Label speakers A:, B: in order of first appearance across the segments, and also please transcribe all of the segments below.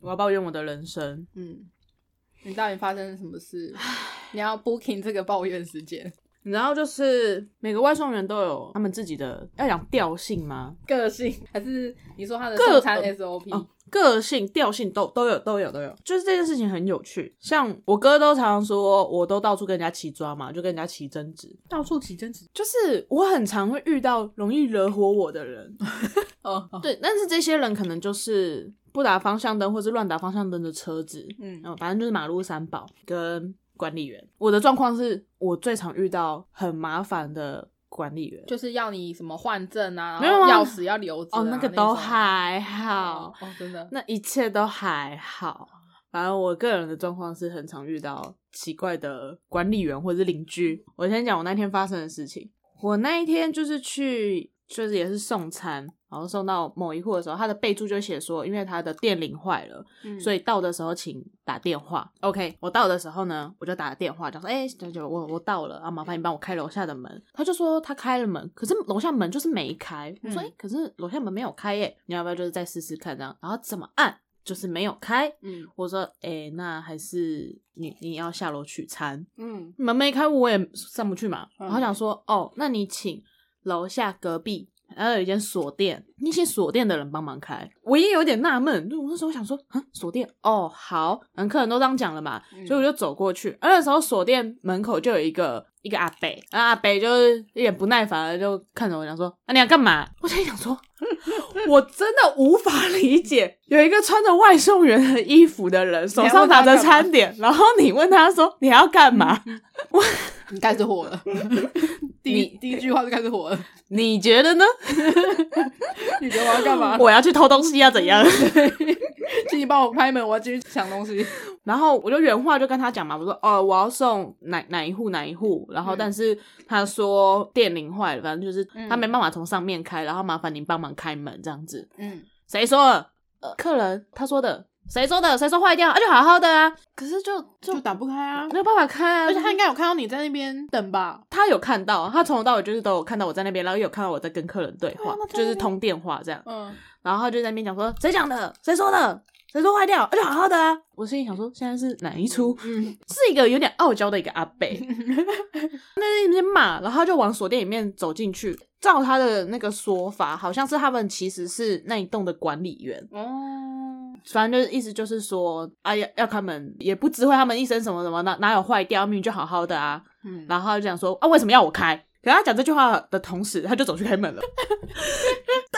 A: 我要抱怨我的人生。
B: 嗯，你到底发生了什么事？你要 booking 这个抱怨时间，
A: 然后就是每个外送员都有他们自己的要讲调性吗？
B: 个性还是你说他的
A: 个
B: 送餐 SOP？、
A: 哦，个性、调性都都有，都有，都有。就是这件事情很有趣，像我哥都常常说，我都到处跟人家起抓嘛，就跟人家起争执。
B: 到处起争执
A: 就是我很常会遇到容易惹火我的人，
B: 哦，哦
A: 对，但是这些人可能就是不打方向灯或是乱打方向灯的车子，
B: 嗯，
A: 嗯，反正就是马路三宝跟管理员。我的状况是我最常遇到很麻烦的管理员。
B: 就是要你什么换证啊，
A: 没
B: 然后
A: 有啊
B: 钥匙要留着、啊、
A: 哦，那个
B: 种
A: 都还好
B: 哦，，哦真的，
A: 那一切都还好。反正我个人的状况是很常遇到奇怪的管理员或者是邻居。我先讲我那天发生的事情。我那一天就是去，就是也是送餐，然后送到某一户的时候，他的备注就写说，因为他的电铃坏了，
B: 嗯
A: 所以到的时候请打电话。OK，我到的时候呢，我就打了电话，就说：“哎、九九，我我到了啊，麻烦你帮我开楼下的门。”他就说他开了门，可是楼下门就是没开。我说：“哎、
B: 嗯
A: 可是楼下门没有开耶，你要不要就是再试试看这样？”然后怎么按就是没有开。
B: 嗯
A: 我说：“哎、那还是你你要下楼取餐，
B: 嗯
A: 门没开我也上不去嘛。”
B: 嗯
A: 然后想说：“哦，那你请楼下隔壁。”然后有一间锁店，那些锁店的人帮忙开，我也有点纳闷。就我那时候想说，啊，锁店哦，好，嗯，客人都这样讲了嘛，
B: 嗯
A: 所以我就走过去。而那时候锁店门口就有一个一个阿伯，然后阿伯就是一脸不耐烦的就看着我讲说：“啊，你要干嘛？”我心里想说， 我真的无法理解，有一个穿着外送员的衣服的人，手上拿着餐点，然后你问他说你要干嘛？
B: 你开始火了， 第一
A: 你
B: 第一句话就开始火了，
A: 你觉得呢？
B: 你觉得我要干 嘛？
A: 我要去偷东西要啊怎 样？
B: 请你帮我开门，我要进去抢东西。
A: 然后我就原话就跟他讲嘛，我说哦，我要送哪哪一户哪一户，然后
B: 嗯
A: 但是他说电铃坏了，反正就是
B: 嗯
A: 他没办法从上面开，然后麻烦您帮忙开门这样子。
B: 嗯，
A: 谁说了？呃，客人他说的，谁说的？谁说坏掉？啊，就好好的啊，可是就就
B: 就打不开啊。
A: 没有办法开啊。
B: 而且他应该有看到你在那边等吧？
A: 他有看到，他从头到尾就是都有看到我在那边，然后也有看到我在跟客人对
B: 对
A: 话
B: 啊那，他
A: 就是通电话这样。
B: 嗯，
A: 然后他就在那边讲说谁讲的，谁说的，谁说坏掉，而且好好的啊。我心里想说现在是哪一出？
B: 嗯，
A: 是一个有点傲娇的一个阿 伯，那边骂，然后他就往锁店里面走进去。照他的那个说法，好像是他们其实是那一栋的管理员，
B: 哦，
A: 反正就是意思就是说，啊要要他们也不知会他们一声什么什么，哪哪有坏掉，命就好好的啊。
B: 嗯，
A: 然后他就讲说啊，为什么要我开？可是他讲这句话的同时，他就走去开 门了，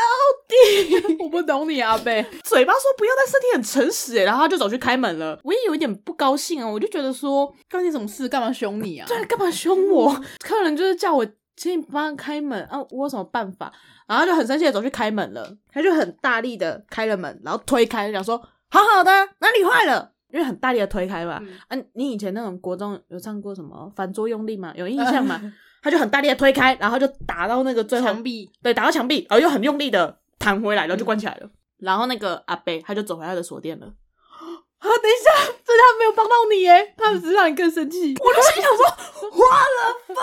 B: 我不懂你啊，贝。
A: 嘴巴说不要，但身体很诚实哎，然后他就走去开门了。我也有一点不高兴啊，我就觉得说，
B: 干你什么事？干嘛凶你啊？
A: 对，干嘛凶我？客人就是叫我请你帮他开门啊，我有什么办法？然后他就很生气的走去开门了，他就很大力的开了门，然后推开，讲说好好的，哪里坏了？因为很大力的推开嘛，
B: 嗯
A: 啊，你以前那种国中有上过什么反作用力吗？有印象 吗？他就很大力的推开，然后就打到那个最后
B: 墙壁。
A: 对，打到墙壁，然后又很用力的弹回来，然后就关起来了。然后那个阿贝他就走回他的锁店了。啊，等一下，这他没有帮到你耶，他只是让你更生气。我就心想说，花了吧，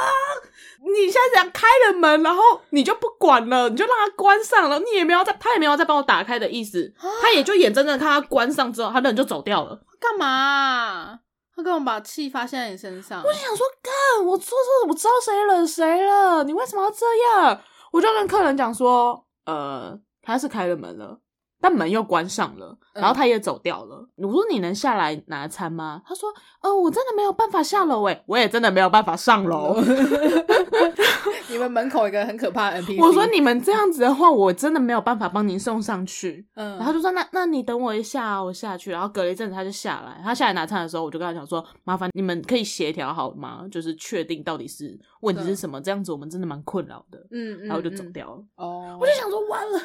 A: 你现在这样开了门，然后你就不管了，你就让他关上了，你也没有再，他也没有再帮我打开的意思，他也就眼睁睁地看他关上之后，他人就走掉了。
B: 干嘛啊？他根本把气发泄在你身上。
A: 我就想说，干，我做错，我知道谁惹谁了，你为什么要这样？我就跟客人讲说，呃，他是开了门了，但门又关上了，
B: 嗯
A: 然后他也走掉了。我说你能下来拿餐吗？他说，呃，我真的没有办法下楼，欸诶，我也真的没有办法上楼。
B: 你们门口一个很可怕的 NPC。
A: 我说，你们这样子的话，我真的没有办法帮您送上去。
B: 嗯，
A: 然后他就说那那你等我一下啊，我下去。然后隔了一阵子他就下来，他下来拿餐的时候，我就跟他讲说，麻烦你们可以协调好吗？就是确定到底是问题是什么，这样子我们真的蛮困扰的。
B: 嗯，嗯，
A: 然后我就走
B: 嗯。
A: 掉了。
B: 哦，
A: 我就想说完了，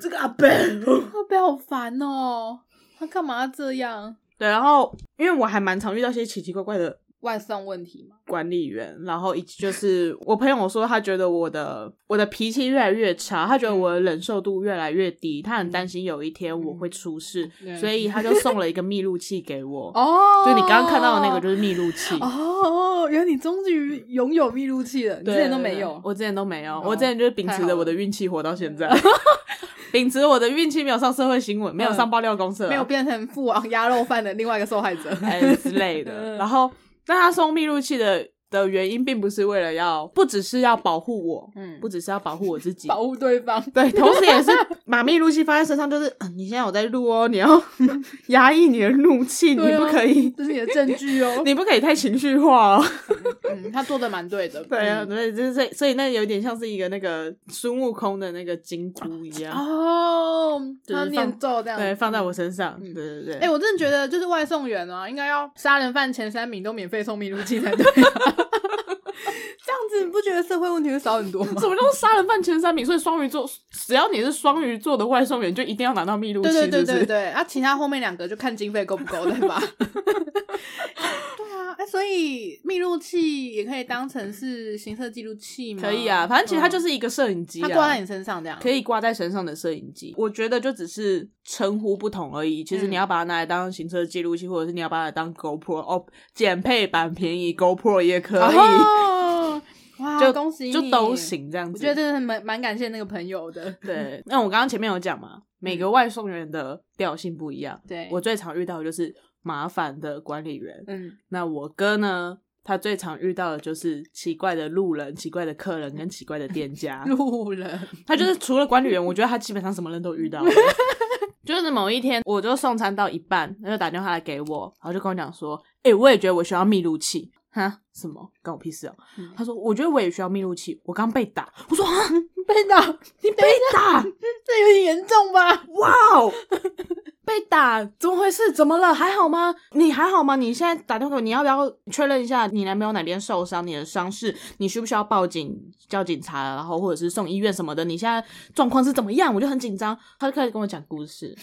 A: 这个阿贝。
B: 他不要烦哦，他干嘛要这样？
A: 对，然后因为我还蛮常遇到一些奇奇怪怪的
B: 外送问题嘛。
A: 管理员，然后以及就是我朋友说，他觉得我的我的脾气越来越差，他觉得我的忍受度越来越低，他很担心有一天我会出事，
B: 嗯
A: 所以他就送了一个密录器给 我。
B: 哦，
A: 就你刚刚看到的那个
B: 就。
A: 就是密录器。
B: 哦，原来你终于拥有密录器了，你之
A: 对
B: 前都没有。
A: 我之前都没有，
B: 哦
A: 我之前就是秉持
B: 太好
A: 着
B: 了嗯
A: 我的运气活到现在。 秉持我的运气没有上社会新闻，没有上爆料公社啊、
B: 没有变成父王鸭肉饭的另外一个受害者。
A: 哎之类的。
B: 嗯
A: 然后，那他送密录器的的原因，并不是为了要，不只是要保护我，
B: 嗯
A: 不，只是要保护我自己，
B: 保护对方。
A: 对，同时也是 把密录器放在身上，就是、嗯你现在有在录哦，你要 压抑你的怒气，
B: 对
A: 你
B: 啊
A: 不可以，
B: 这是你的证据哦。
A: 你不可以太情绪化哦。
B: 嗯，他做的蛮对的。
A: 对啊，
B: 嗯
A: 对，就是所以所以那有点像是一个那个孙悟空的那个金箍一样，
B: 哦，
A: 就是
B: 他
A: 放
B: 念咒这样。
A: 对，放在我身上，对
B: 嗯
A: 对对。
B: 哎、我真的觉得就是外送员啊，应该要杀人犯前三名都免费送密录器才对、啊。 这样子你不觉得社会问题会少很多吗？
A: 什么叫做杀人犯前三名？所以双鱼座，只要你是双鱼座的外送员，就一定要拿到密录器，
B: 对对对
A: 是
B: 对
A: 不是？
B: 对，啊，其他后面两个就看经费够不够，对吧？ 对啊，哎、所以密录器也可以当成是行车记录器吗？、
A: 可以啊，反正其实它就是是一个摄影机、啊，
B: 它挂在你身上这样，
A: 可以挂在身上的摄影机，我觉得就只是称呼不同而已。其实
B: 嗯
A: 你要把它拿来当行车记录器，或者是你要把它当 GoPro 哦，减配版便宜 GoPro 也可以，
B: 哦、哇，
A: 就
B: 恭喜你，
A: 就都。行这样
B: 我
A: 子。
B: 觉得真的蛮蛮感谢那个朋友的。
A: 对，那我刚刚前面有讲嘛，每个外送员的调性不一样。
B: 嗯对，
A: 我最常遇到的就是麻烦的管理员，
B: 嗯，
A: 那我哥呢，他最常遇到的就是奇怪的路人、奇怪的客人跟奇怪的店
B: 啊
A: 家。
B: 路人，
A: 他就是除了管理员，我觉得他基本上什么人都遇 到了。就是某一天，我就送餐到一半，他就打电话来给我，然后就跟我讲说：“哎、我也觉得我需要密录器。”哈，什么？关我屁事哦、
B: 嗯
A: 他说：“我觉得我也需要密录器，我刚被打。”我说：“啊，
B: 被打，
A: 你被打？
B: 这有点严重吧？
A: 哇哦，被打，怎么回事？怎么了？还好吗？你还好吗？你现在打电话给我，你要不要确认一下你男朋友哪边受伤？你的伤势，你需不需要报警叫警察，然后或者是送医院什么的？你现在状况是怎么样？我就很紧张。他就开始跟我讲故 事，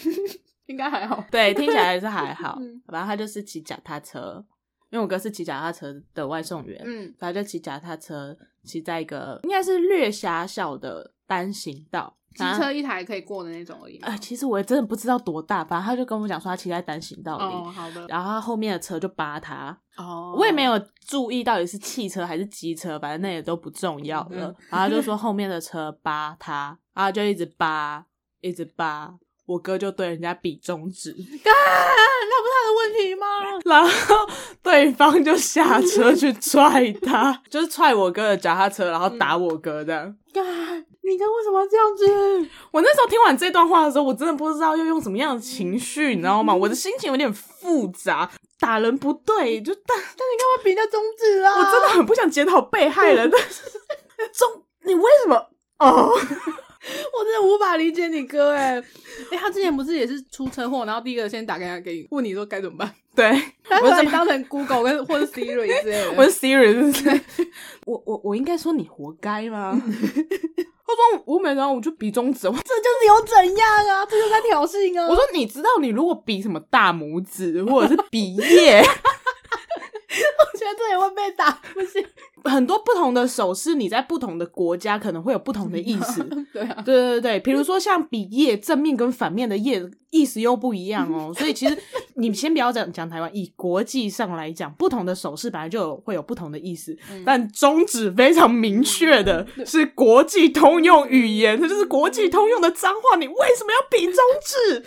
B: 应该还好。
A: 对，听起来是还好
B: 嗯，
A: 反正他就是骑脚踏车，因为我哥是骑脚踏车的外送员，
B: 嗯
A: 他就骑脚踏车骑在一个应该是略狭小的单行道，，
B: 嗯机车一台可以过的那种而已嘛。
A: 呃，其实我也真的不知道多大，反正他就跟我讲说他骑在单行道里，
B: 哦，好的。
A: 然后他后面的车就扒他，
B: 哦
A: 我也没有注意到底是汽车还是机车，反正那也都不重要了。
B: 嗯
A: 然后他就说后面的车扒他，然后他就一直扒，一直扒。我哥就对人家比中 指，
B: 那不是他的问题吗？
A: 然后对方就下车去踹他，就是踹我哥的脚踏车，然后打我哥这样。
B: 嗯干，你看为什么要这样子？
A: 我那时候听完这段话的时候，我真的不知道要用什么样的情绪，你知道吗？我的心情有点复杂，打人不对，就但
B: 那你干嘛比较中指啊？
A: 我真的很不想检讨被害人，但是 中你为什么？哦，
B: 我真的无法理解你哥哎、欸。 哎、他之前不是也是出车祸，然后第一个先打给他给你，问你说该怎么办？
A: 对，
B: 他
A: 我
B: 把
A: 怎
B: 你
A: 么？
B: 当成 Google 跟或者 Siri 之类 的。
A: 我是 Siri，是不是 我我我应该说你活该吗？ 他说我没有，我就比中指。 我
B: 这就是有怎样啊？这就是在挑衅啊！
A: 我说你知道，你如果比什么大拇 指或者是比耶，
B: 我觉得这也会被打，不行。
A: 很多不同的手势，你在不同的国家可能会有不同的意思。
B: 对啊，
A: 对对对，比如说像比叶正面跟反面的叶意思又不一样 哦，所以其实你先不要讲讲台湾，以国际上来讲，不同的手势本来就有会有不同的意思，
B: 嗯
A: 但中指非常明确的是国际通用语言，这就是国际通用的脏话，你为什么要比中指？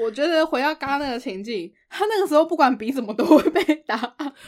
B: 我觉得回到刚刚那个情境，他那个时候不管比什么都会被打，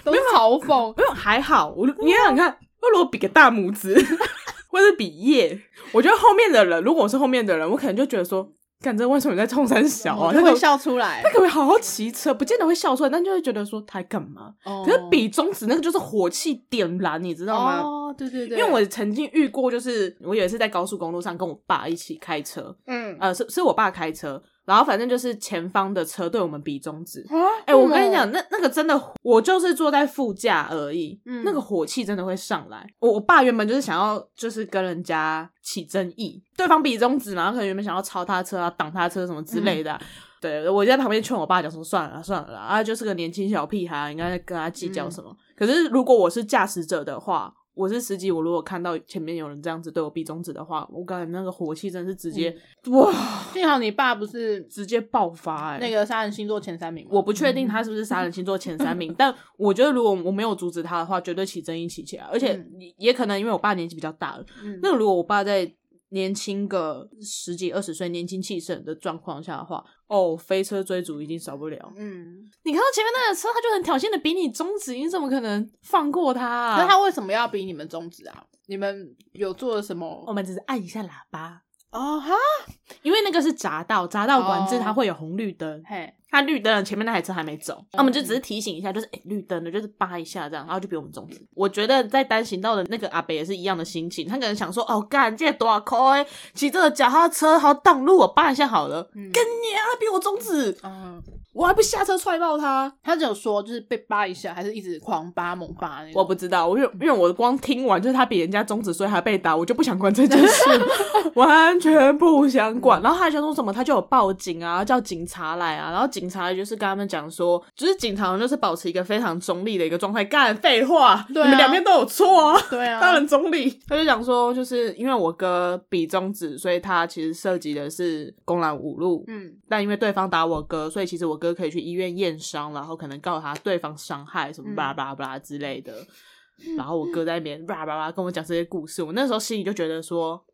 B: 都是嘲 讽。
A: 没有还好，我你想想看，如果比个大拇指， 或者比耶，我觉得后面的人，如果我是后面的人，我可能就觉得说，干这为什么你在冲山小啊？
B: 我
A: 那
B: 就
A: 个
B: 会笑出来
A: 他。可不可以好好骑车？不见得会笑出来，但就会觉得说他干嘛？
B: 哦
A: 可是比中指那个就是火气点燃，你知道吗？
B: 哦，对对
A: 因
B: 对，
A: 为我曾经遇过，就是我有一次在高速公路上跟我爸一起开车，
B: 嗯
A: 呃，是是我爸开车，然后反正就是前方的车对我们比中指。
B: 啊，
A: 哎、我跟你讲，，那那个真的，我就是坐在副驾而已，
B: 嗯
A: 那个火气真的会上来。我我爸原本就是想要，就是跟人家起争议，对方比中指嘛，他可能原本想要超他车啊、挡他车什么之类
B: 嗯
A: 的啊、 对，我就在旁边劝我爸讲说，算了啦算了啦，啊，就是个年轻小屁孩，应该跟他计
B: 嗯
A: 较什么。可是如果我是驾驶者的话，我是司机，我如果看到前面有人这样子对我比中指的话，我感觉那个火气真是直接、哇，
B: 幸好你爸不是
A: 直接爆发哎、
B: 嗯那个杀人星座前三名吗，嗯
A: 我不确定他是不是杀人星座前三名，但我觉得如果我没有阻止他的话，绝对起争议起起来，而且
B: 嗯
A: 也也可能因为我爸年纪比较大了，
B: 嗯
A: 那如果我爸在年轻个十几二十岁、年轻气盛的状况下的话，哦，飞车追逐一定少不了。
B: 嗯，
A: 你看到前面那个车，他就很挑衅的比你中指，你怎么可能放过他、
B: 那
A: 啊？
B: 他为什么要比你们中指啊？你们有做什么
A: 我？们只是按一下喇叭，
B: 哦哈，
A: 因为那个是匝道，匝道管制
B: 哦
A: 它会有红绿灯，
B: 嘿，
A: 它绿灯了，前面那台车还没走，那我们就只是提醒一下，就是哎、诶绿灯了，就是扒一下这样，然后就比我们中指。我觉得在单行道的那个阿北也是一样的心情，他可能想说，哦干，这多少块，骑这个脚踏车好挡路，我扒一下好了，
B: 嗯
A: 跟你啊，他比我中指，
B: 嗯，
A: 我还不下车踹爆他。
B: 他只有说就是被扒一下，还是一直狂扒猛扒那种？
A: 我不知道，我因
B: 嗯
A: 为因为我光听完就是他比人家中指，所以还被打，我就不想管这件事， 完全不想管。然后他还想说什么，他就有报警啊，叫警察来啊，然后警察就是跟他们讲说，就是警察就是保持一个非常中立的一个状态，干废话，
B: 对啊
A: 你们两边都有错啊。
B: 对啊，
A: 当然中立，他就讲说，就是因为我哥比中指，所以他其实涉及的是公然侮辱。
B: 嗯
A: 但因为对方打我哥，所以其实我哥可以去医院验伤，然后可能告他对方伤害什么
B: 嗯
A: 巴拉巴拉巴拉之类的。然后我哥在那边叭叭叭跟我讲这些故事，我那时候心里就觉得说，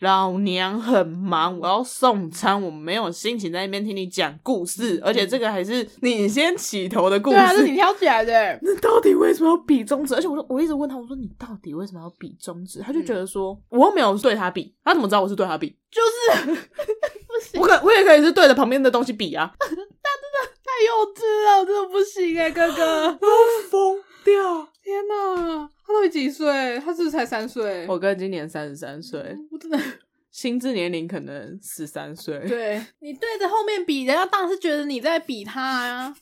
A: 老娘很忙，我要送餐，我没有心情在那边听你讲故事，而且这个还是你先起头的故
B: 对
A: 事。
B: 啊，是你挑起来的。
A: 那到底为什么要比中指？而且我说，我一直问他，我说你到底为什么要比中指？他就觉得说，我又没有对他比，他怎么知道我是对他比？ 就是，我可我也可以是对着旁边的东西比啊，
B: 太幼稚了，我真的不行哎、哥哥！
A: 疯掉！
B: 天哪，他到底几岁？他是不是才三岁？
A: 我哥今年三十三岁，
B: 我真的
A: 心智年龄可能十三岁。
B: 对你对着后面比，人家当然是觉得你在比他 啊，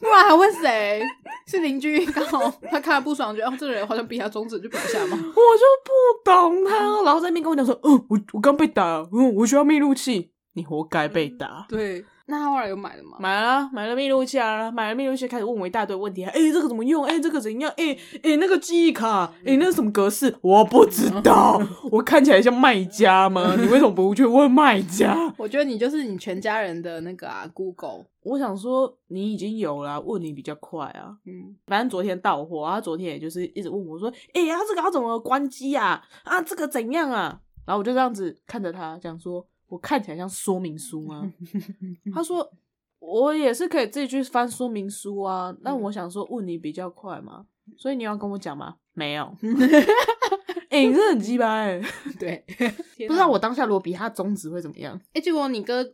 B: 不然还问谁？是邻居刚好他看他不爽，觉得哦，这个人好像比他中指，就比一下嘛。
A: 我就不懂他，然后在那边跟我讲说，嗯，我我刚被打，嗯，我需要密录器，你活该被打。
B: 对，那他后来有买了吗？
A: 嗯买了买了密录器啊，买了密录器，开始问我一大堆问题，哎、这个怎么用？哎、这个怎样？哎、哎、那个记忆卡，哎、那个什么格式？我不知 道，我看起来像卖家吗？你为什么不去问卖 家？
B: 我觉得你就是你全家人的那个啊，Google，
A: 我想说你已经有了啊，问你比较快啊。
B: 嗯，
A: 反正昨天到货，他昨天也就是一直问我说：“哎、呀、这个要怎么关机啊？啊，这个怎样啊？”然后我就这样子看着他，讲说：“我看起来像说明书吗？”他说：“我也是可以自己去翻说明书啊。”那我想说，问你比较快嘛，所以你要跟我讲吗？没有。哎、你真的很鸡巴哎！
B: 对，不
A: 不知道我当下如果比他中指会怎么样？
B: 哎、结果你哥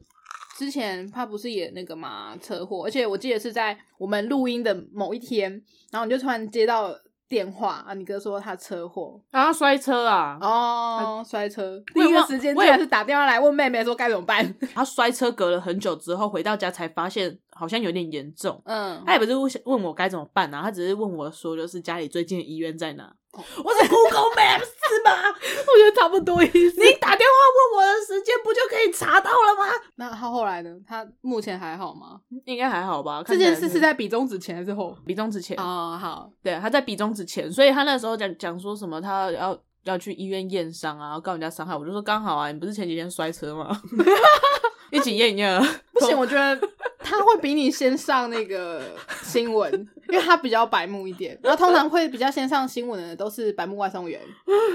B: 之前他不是也那个嘛车祸，而且我记得是在我们录音的某一天，然后你就突然接到电话啊，你哥说他车祸
A: 啊，摔车啊！
B: 哦，摔车，第
A: 我也
B: 一个
A: 忘
B: 时间
A: 我
B: 竟
A: 也
B: 然是打电话来问妹妹说该怎么 办，
A: 他摔车隔了很久之后回到家才发现好像有点严重，
B: 嗯，
A: 他也不是问我该怎么办啊，他只是问我说，就是家里最近的医院在哪。我在 Google Maps 吗？
B: 我觉得差不多意思。
A: 你打电话问我的时间不就可以查到了吗？
B: 那他后来呢？他目前还好吗？
A: 应该还好吧。
B: 这件事是
A: 在
B: 在比中指前还是后？
A: 比中指前，
B: 哦，好，
A: 对，他在比中指前，所以他那时候讲讲说什么，他要要去医院验伤啊，要告人家伤害。我就说刚好啊，你不是前几天摔车吗？ 一起验一验啊。
B: 不行，我觉得他会比你先上那个新闻， 因为他比较白目一点。然后通常会比较先上新闻的都是白目外 送员，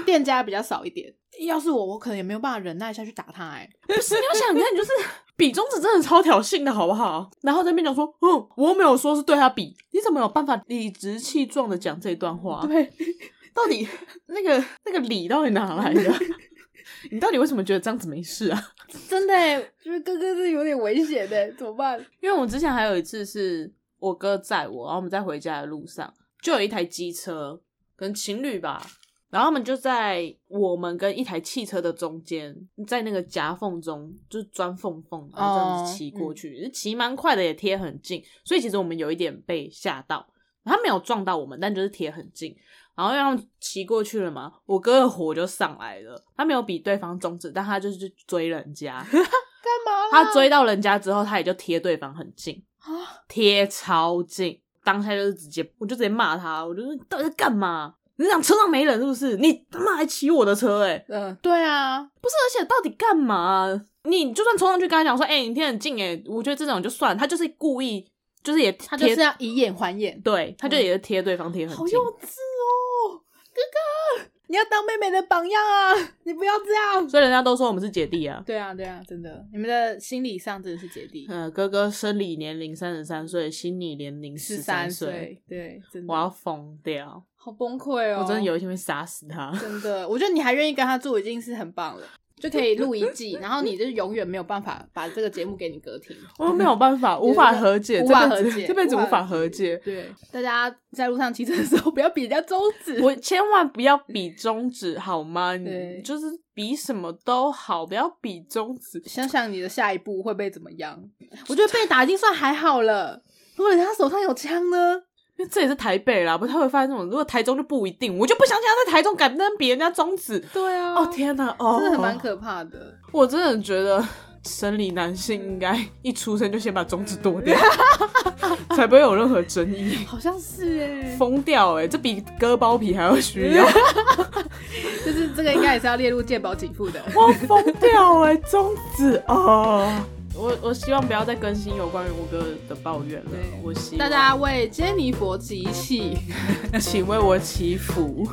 B: 店家比较少一点。要是我，我可能也没有办法忍耐下去打他、哎，
A: 不是，你要想，你看你就是比中指真的超挑衅的好不好？然后在那边讲说，嗯，我又没有说是对他比，你怎么有办法理直气壮的讲这段话？
B: 对，
A: 到底那个那个理到底哪来的？ 你到底为什么觉得这样子没事啊？
B: 真的、哎就是哥哥是有点危险的、怎么办？
A: 因为我之前还有一次是我哥载我，然后我们在回家的路上，就有一台机车，可能情侣吧，然后他们就在我们跟一台汽车的中间，在那个夹缝中，就是钻缝缝，然后这样子骑过去，骑蛮、快的，也贴很近，所以其实我们有一点被吓到，他没有撞到我们，但就是贴很近。然后因为他们骑过去了嘛，我哥的火就上来了。他没有比对方中指，但他就是去追人家。
B: 干嘛啦？
A: 他追到人家之后，他也就贴对方很近，
B: 啊，
A: 贴超近，当下就是直接，我就直接骂他，我就说你到底在干嘛？你想车上没人是不是？你他妈还骑我的车哎、
B: 嗯、对啊，
A: 不是，而且到底干嘛啊、你你就算冲上去跟他讲说，哎、你贴很近哎、我觉得这种就算了，他就是故意，就是嗯也他
B: 他就是要以眼还眼，
A: 对，他就也是贴对方贴很
B: 好
A: 近
B: 幼。稚哦。你要当妹妹的榜样啊！你不要这样。
A: 所以人家都说我们是姐弟啊。
B: 对啊，对啊，真的，你们的心理上真的是姐 弟，
A: 呃，哥哥生理年龄三十三岁，心理年龄
B: 十
A: 三
B: 三，岁，对，真的，
A: 我要疯掉！
B: 好崩溃哦！
A: 我真的有一天会杀死他。
B: 真的，我觉得你还愿意跟他住已经是很棒了，就可以录一季，然后你就是永远没有办法把这个节目给你哥听。
A: 我没有办法，无法和解，
B: 无
A: 这
B: 法
A: 辈
B: 和
A: 子
B: 解
A: 这辈子
B: 无
A: 无
B: 法
A: 法
B: 和
A: 和 解。
B: 对，大家在路上骑车的时候不要比人家中指。
A: 我千万不要比中指好吗？你
B: 嗯对
A: 就是比什么都好，不要比中指。
B: 想想你的下一步会被怎么样？我觉得被打已经算还好了，如果人家手上有枪呢？
A: 因为这也是台北啦，不太会发生这种。如果台中就不一定，我就不想想在台中敢跟比人家中指。
B: 对啊
A: 哦天哪！哦，
B: 真的很蛮可怕的。
A: 我真的觉得生理男性
B: 嗯
A: 应该一出生就先把中指 剁掉，才不会有任何争议。
B: 好像是哎，
A: 疯掉哎、欸，这比割包皮还要需要，
B: 就是这个应该也是要列入鉴宝给付的。
A: 我疯掉哎、欸，中指哦。我我希望不要再更新有关于我哥的抱怨了
B: 对。
A: 我希
B: 大家为杰尼佛集气。
A: 家请为我祈福。